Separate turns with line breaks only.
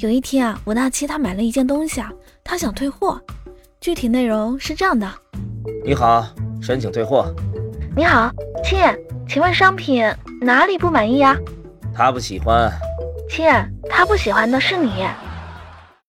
有一天啊，我那七他买了一件东西啊，他想退货，具体内容是这样的：
你好，申请退货。
你好，亲，请问商品哪里不满意呀、啊
他不喜欢，
亲，他不喜欢的是你。